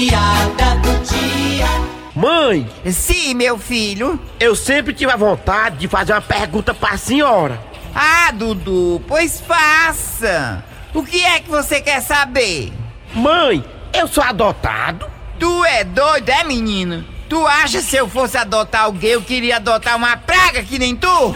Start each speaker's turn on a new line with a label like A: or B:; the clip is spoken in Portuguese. A: piada do dia.
B: Mãe,
C: Sim, meu filho.
B: eu sempre tive a vontade de fazer uma pergunta para a senhora.
C: Ah, Dudu, pois faça. O que é que você quer saber?
B: Mãe, eu sou adotado?
C: Tu é doido, é, menino? Tu acha se eu fosse adotar alguém, eu queria adotar uma praga que nem tu?